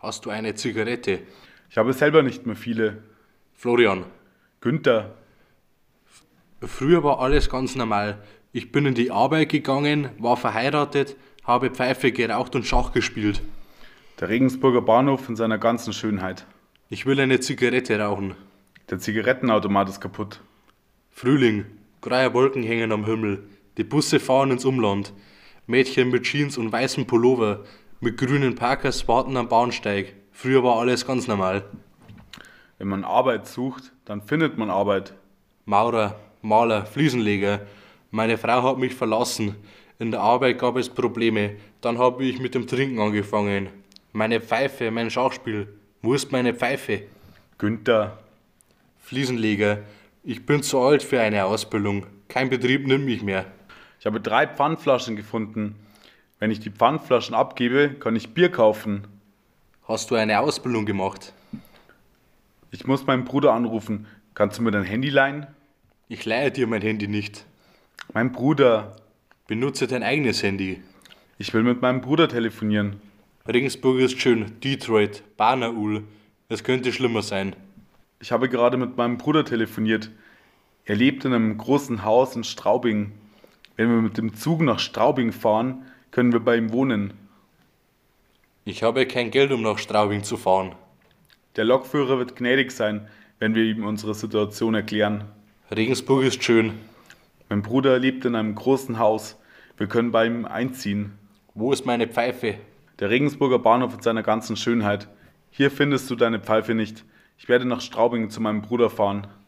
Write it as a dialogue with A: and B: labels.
A: Hast du eine Zigarette?
B: Ich habe selber nicht mehr viele.
A: Florian,
B: Günther,
A: früher war alles ganz normal. Ich bin in die Arbeit gegangen, war verheiratet, habe Pfeife geraucht und Schach gespielt.
B: der Regensburger Bahnhof in seiner ganzen Schönheit.
A: Ich will eine Zigarette rauchen.
B: Der Zigarettenautomat ist kaputt.
A: Frühling, graue Wolken hängen am Himmel, die Busse fahren ins Umland. Mädchen mit Jeans und weißem Pullover, mit grünen Parkers warten am Bahnsteig. Früher war alles ganz normal.
B: Wenn man Arbeit sucht, dann findet man Arbeit.
A: Maurer, Maler, Fliesenleger. Meine Frau hat mich verlassen. In der Arbeit gab es Probleme. Dann habe ich mit dem Trinken angefangen. Meine Pfeife, mein Schachspiel. Wo ist meine Pfeife?
B: Günther,
A: Fliesenleger. Ich bin zu alt für eine Ausbildung. Kein Betrieb nimmt mich mehr.
B: ich habe drei Pfandflaschen gefunden. Wenn ich die Pfandflaschen abgebe, kann ich Bier kaufen.
A: Hast du eine Ausbildung gemacht?
B: Ich muss meinen Bruder anrufen. Kannst du mir dein Handy leihen?
A: Ich leihe dir mein Handy nicht.
B: Mein Bruder.
A: Benutze dein eigenes Handy.
B: Ich will mit meinem Bruder telefonieren.
A: Regensburg ist schön, Detroit, Barnaul. Es könnte schlimmer sein.
B: Ich habe gerade mit meinem Bruder telefoniert. Er lebt in einem großen Haus in Straubing. Wenn wir mit dem Zug nach Straubing fahren, können wir bei ihm wohnen.
A: Ich habe kein Geld, um nach Straubing zu fahren.
B: Der Lokführer wird gnädig sein, wenn wir ihm unsere Situation erklären.
A: Regensburg ist schön.
B: Mein Bruder lebt in einem großen Haus. Wir können bei ihm einziehen.
A: Wo ist meine Pfeife?
B: Der Regensburger Bahnhof in seiner ganzen Schönheit. Hier findest du deine Pfeife nicht. Ich werde nach Straubing zu meinem Bruder fahren.